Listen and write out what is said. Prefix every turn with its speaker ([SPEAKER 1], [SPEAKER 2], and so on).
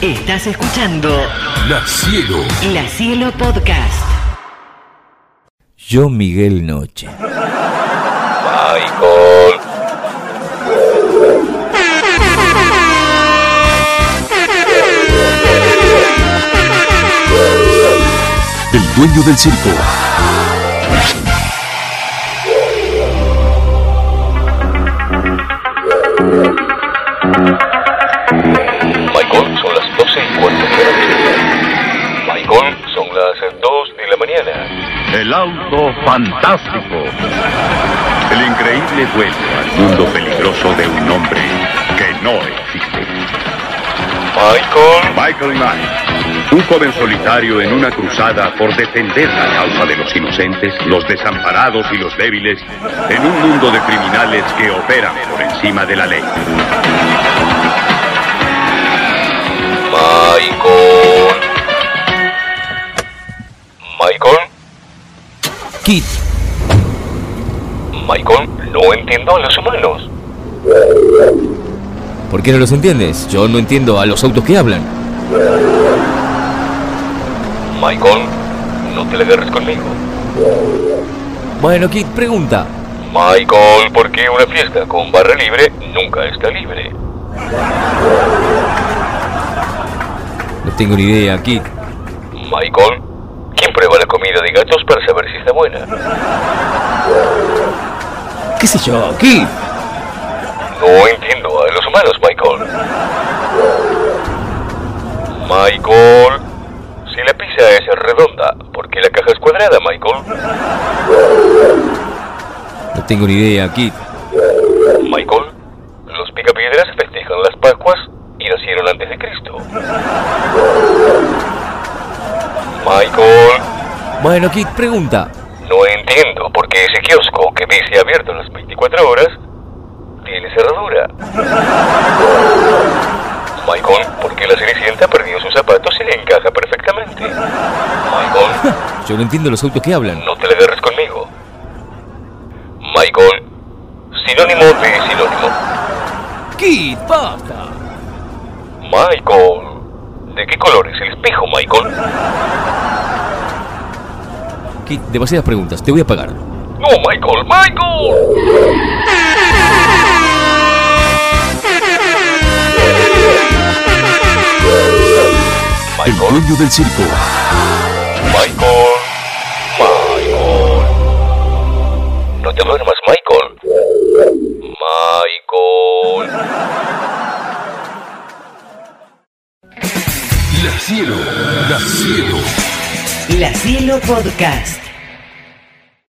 [SPEAKER 1] Estás escuchando
[SPEAKER 2] La Cielo.
[SPEAKER 1] La Cielo Podcast.
[SPEAKER 3] Yo Miguel Noche.
[SPEAKER 2] El dueño del circo.
[SPEAKER 4] Michael, son las 12 y cuarto de la noche. Michael, son las 2 de la mañana.
[SPEAKER 5] El auto fantástico. El increíble vuelo al mundo peligroso de un hombre que no existe.
[SPEAKER 4] Michael,
[SPEAKER 5] Michael Knight, un joven solitario en una cruzada por defender la causa de los inocentes, los desamparados y los débiles, en un mundo de criminales que operan por encima de la ley.
[SPEAKER 4] Michael. Michael,
[SPEAKER 3] Kit.
[SPEAKER 4] Michael, no entiendo a los humanos.
[SPEAKER 3] ¿Por qué no los entiendes? Yo no entiendo a los autos que hablan.
[SPEAKER 4] Michael, no te la agarres conmigo.
[SPEAKER 3] Bueno, Kit, pregunta.
[SPEAKER 4] Michael, ¿por qué una fiesta con barra libre nunca está libre?
[SPEAKER 3] No tengo ni idea, Kit.
[SPEAKER 4] Michael, ¿quién prueba la comida de gatos para saber si está buena?
[SPEAKER 3] ¿Qué sé yo, Kit?
[SPEAKER 4] No entiendo a los humanos, Michael. Michael, si la pizza es redonda, ¿por qué la caja es cuadrada, Michael?
[SPEAKER 3] No tengo ni idea, Kit.
[SPEAKER 4] Michael, los picapiedras festejan las Pascuas y nacieron antes de Cristo. Michael,
[SPEAKER 3] Bueno, Kit, pregunta.
[SPEAKER 4] no entiendo por qué ese kiosco que dice abierto las 24 horas tiene cerradura. Michael, ¿por qué la Cenicienta perdió sus zapatos y le encaja perfectamente? Michael,
[SPEAKER 3] Yo no entiendo los autos que hablan.
[SPEAKER 4] No te la agarres conmigo. Michael, sinónimo de sinónimo.
[SPEAKER 3] Kit, basta.
[SPEAKER 4] Michael, ¿de qué color es el espejo, Michael?
[SPEAKER 3] Kit, demasiadas preguntas. Te voy a pagar.
[SPEAKER 4] No, Michael, Michael.
[SPEAKER 2] El
[SPEAKER 4] Michael,
[SPEAKER 2] dueño del circo.
[SPEAKER 4] Michael, Michael. No te duermas, Michael. Michael.
[SPEAKER 2] La Cielo. La Cielo.
[SPEAKER 1] La Cielo Podcast.